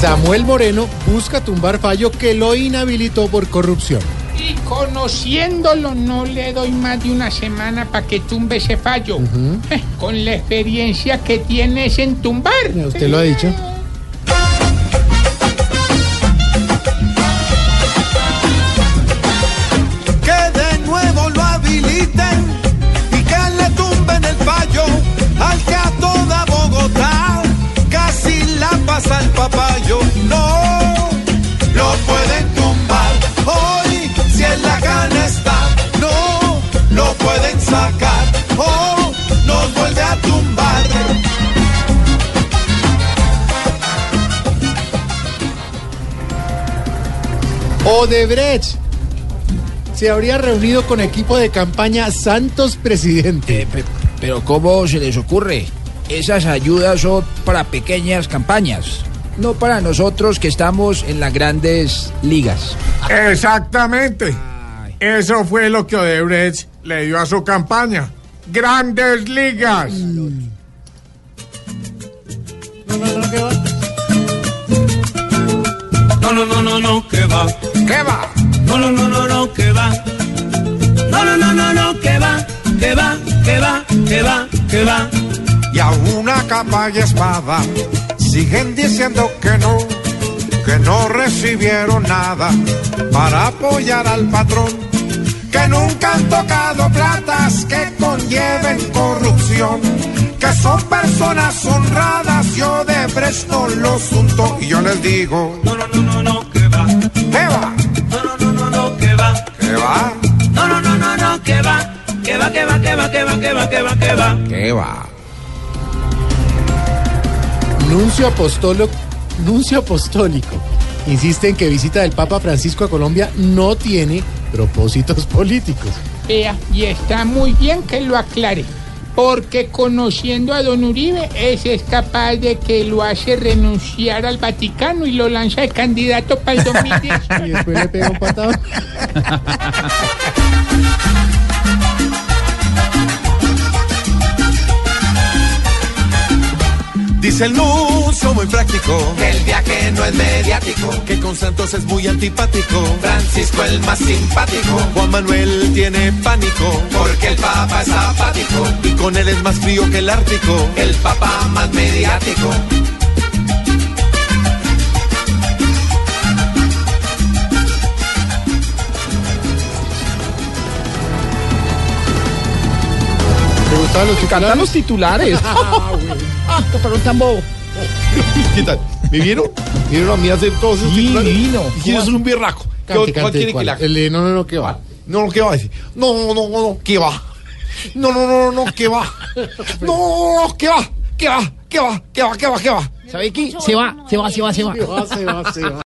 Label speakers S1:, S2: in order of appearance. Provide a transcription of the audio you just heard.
S1: Samuel Moreno busca tumbar fallo que lo inhabilitó por corrupción.
S2: Y conociéndolo no le doy más de una semana para que tumbe ese fallo. Eh, Con la experiencia que tienes en tumbar.
S1: Usted lo ha dicho.
S3: que de nuevo lo habiliten y que le tumben el fallo al que a toda Bogotá casi la pasa el papayo. No, lo pueden tumbar hoy si en la cana está. No, lo pueden sacar. Oh, nos vuelve a tumbar.
S1: Odebrecht se habría reunido con equipo de campaña Santos Presidente.
S4: Eh, pe- pero ¿cómo se les ocurre? Esas ayudas son para pequeñas campañas, no para nosotros que estamos en las grandes ligas.
S5: Exactamente. Eso fue lo que Odebrecht le dio a su campaña. Grandes ligas.
S6: No, no, no, no, no, que va.
S5: ¿Qué va?
S6: No, no, no, no, no, que va. No, no, no, no, no, que va. Que va, que va, que va, que va.
S3: y a una capa y espada siguen diciendo que no, que no recibieron nada para apoyar al patrón, que nunca han tocado platas que conlleven corrupción, que son personas honradas, yo de Bresto los unto y yo les digo,
S6: No, no, no, no, no, que va.
S3: ¿qué va?
S6: No, no, no, no, no, que va.
S3: ¿Qué va?
S6: No, no, no, no, no, que va. Que va, que va, que va, que va, que va, que va, que va.
S4: ¿Qué va?
S1: Nuncio Apostólico, Nuncio Apostólico insiste en que visita del Papa Francisco a Colombia no tiene propósitos políticos.
S2: Vea, y está muy bien que lo aclare. Porque conociendo a don Uribe, ese es capaz de que lo hace renunciar al Vaticano y lo lanza de candidato para el 2018.
S1: Y después le pega un patado.
S3: Dice el Nuncio muy práctico que el viaje no es mediático, que con Santos es muy antipático, Francisco el más simpático, Juan Manuel tiene pánico porque el Papa es apático y con él es más frío que el Ártico, el Papa más mediático.
S1: ¿Te gustaban los
S4: Cantar
S1: chocolates?
S4: los titulares. ah, un tambo.
S7: ¿Qué tal? ¿Me vieron? ¿Vieron a mí hacer todos esos
S4: Divino.
S7: titulares? ¿Y quién es un birraco? ¿Qué- ¿Cuál
S1: Cante, cante,
S7: quiere que
S1: ¿cuál?
S7: la
S1: El de no, no, no, que va.
S7: No, no, ¿qué va a decir? No, no, no, no, ¿qué va? No, no, no, no, no, ¿qué va? No, no, ¿qué va? ¿Qué va? ¿Qué va? ¿Qué va? ¿Qué va? ¿Qué va?
S1: ¿Sabe qué?
S8: Se va, se va, se va, se va.
S1: Se va, se va, se va.